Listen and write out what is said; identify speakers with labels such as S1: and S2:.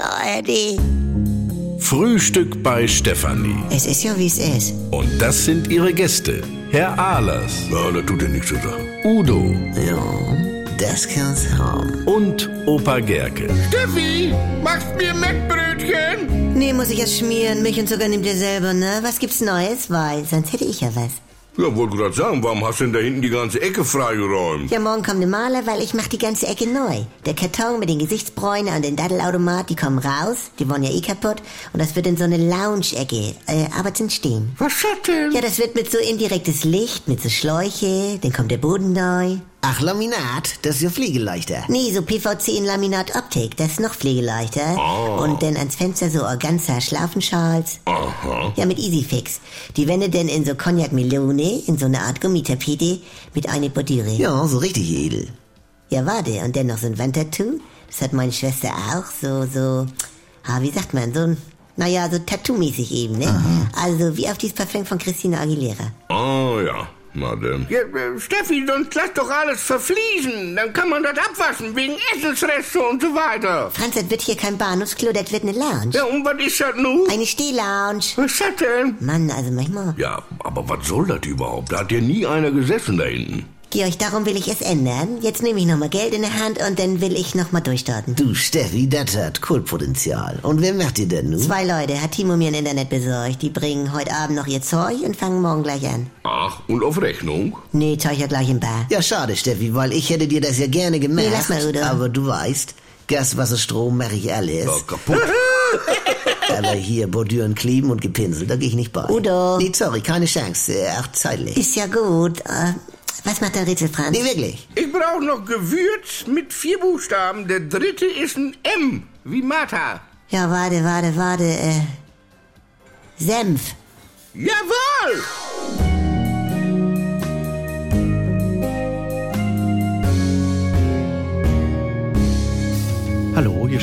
S1: ARD.
S2: Frühstück bei Stefanie.
S1: Es ist ja, wie es ist.
S2: Und das sind ihre Gäste. Herr Ahlers,
S3: Ja, da tut er nichts zu sagen.
S2: Udo
S1: Ja, das kann's haben.
S2: und Opa Gerke.
S4: Steffi, machst mir Mettbrötchen?
S1: Nee, muss ich jetzt schmieren. Milch und Zucker nehmt ihr selber, ne? Was gibt's Neues? Weil sonst hätte ich ja was.
S3: Ja, wollte gerade sagen, warum hast du denn da hinten die ganze Ecke freigeräumt?
S1: Ja, morgen kommt der Maler, weil ich mach die ganze Ecke neu. Der Karton mit den Gesichtsbräunen und den Daddelautomat, die kommen raus. Die wollen ja eh kaputt. Und das wird in so eine Lounge-Ecke. Äh, aber zum Stehen.
S4: Was hat denn?
S1: Ja, das wird mit so indirektes Licht, mit so Schläuche, dann kommt der Boden neu.
S5: Ach, Laminat, das ist ja fliegeleichter.
S1: Nee, so PVC in Laminatoptik, das ist noch pflegeleichter.
S4: Oh.
S1: Und dann ans Fenster so Organza Schlafenschals.
S3: Aha.
S1: Ja, mit Easyfix. Die Wände denn in so Cognac Melone, in so einer Art Gummitapete, mit einer Bordüre.
S5: Ja, so richtig edel.
S1: Ja, warte, und dann noch so ein Wandtattoo. Das hat meine Schwester auch, so, so, ah, wie sagt man, so ein, naja, so Tattoo-mäßig eben, ne? Also, wie auf dieses Parfum von Christina Aguilera.
S3: Ah, ja. Na denn.
S4: Ja, äh, Steffi, sonst lass doch alles verfließen. Dann kann man das abwaschen wegen Essensreste und so weiter.
S1: Franz, das wird hier kein Bahnhofsklo, das wird eine Lounge.
S4: Ja, und was ist das nun?
S1: Eine Stehlounge.
S4: Was hat denn?
S1: Mann, also manchmal.
S3: Ja, aber was soll das überhaupt? Da hat ja nie einer gesessen da hinten.
S1: Georg, darum will ich es ändern. Jetzt nehme ich nochmal Geld in der Hand und dann will ich nochmal durchstarten.
S5: Du, Steffi, das hat Kultpotenzial. Und wer macht ihr denn nun?
S1: Zwei Leute hat Timo mir im Internet besorgt. Die bringen heute Abend noch ihr Zeug und fangen morgen gleich an.
S3: Ach, und auf Rechnung?
S1: Nee, Zeug ja gleich im Bar.
S5: Ja, schade, Steffi, weil ich hätte dir das ja gerne gemacht.
S1: Nee, lass mal, Udo.
S5: Aber du weißt, Gas, Wasser, Strom mache ich alles.
S3: Ja, Äh, kaputt.
S5: Aber hier Bordüren kleben und gepinselt, da gehe ich nicht bei.
S1: Udo.
S5: Nee, sorry, keine Chance. Äh, Ach, zeitlich.
S1: Ist ja gut. Äh, was macht der Rätsel, Franz?
S5: Nee, wirklich.
S4: Ich brauche noch Gewürz mit vier Buchstaben. Der dritte ist ein M, wie Martha.
S1: Ja, warte, warte, warte. Äh, Senf.
S4: Jawohl!
S6: Hallo, hier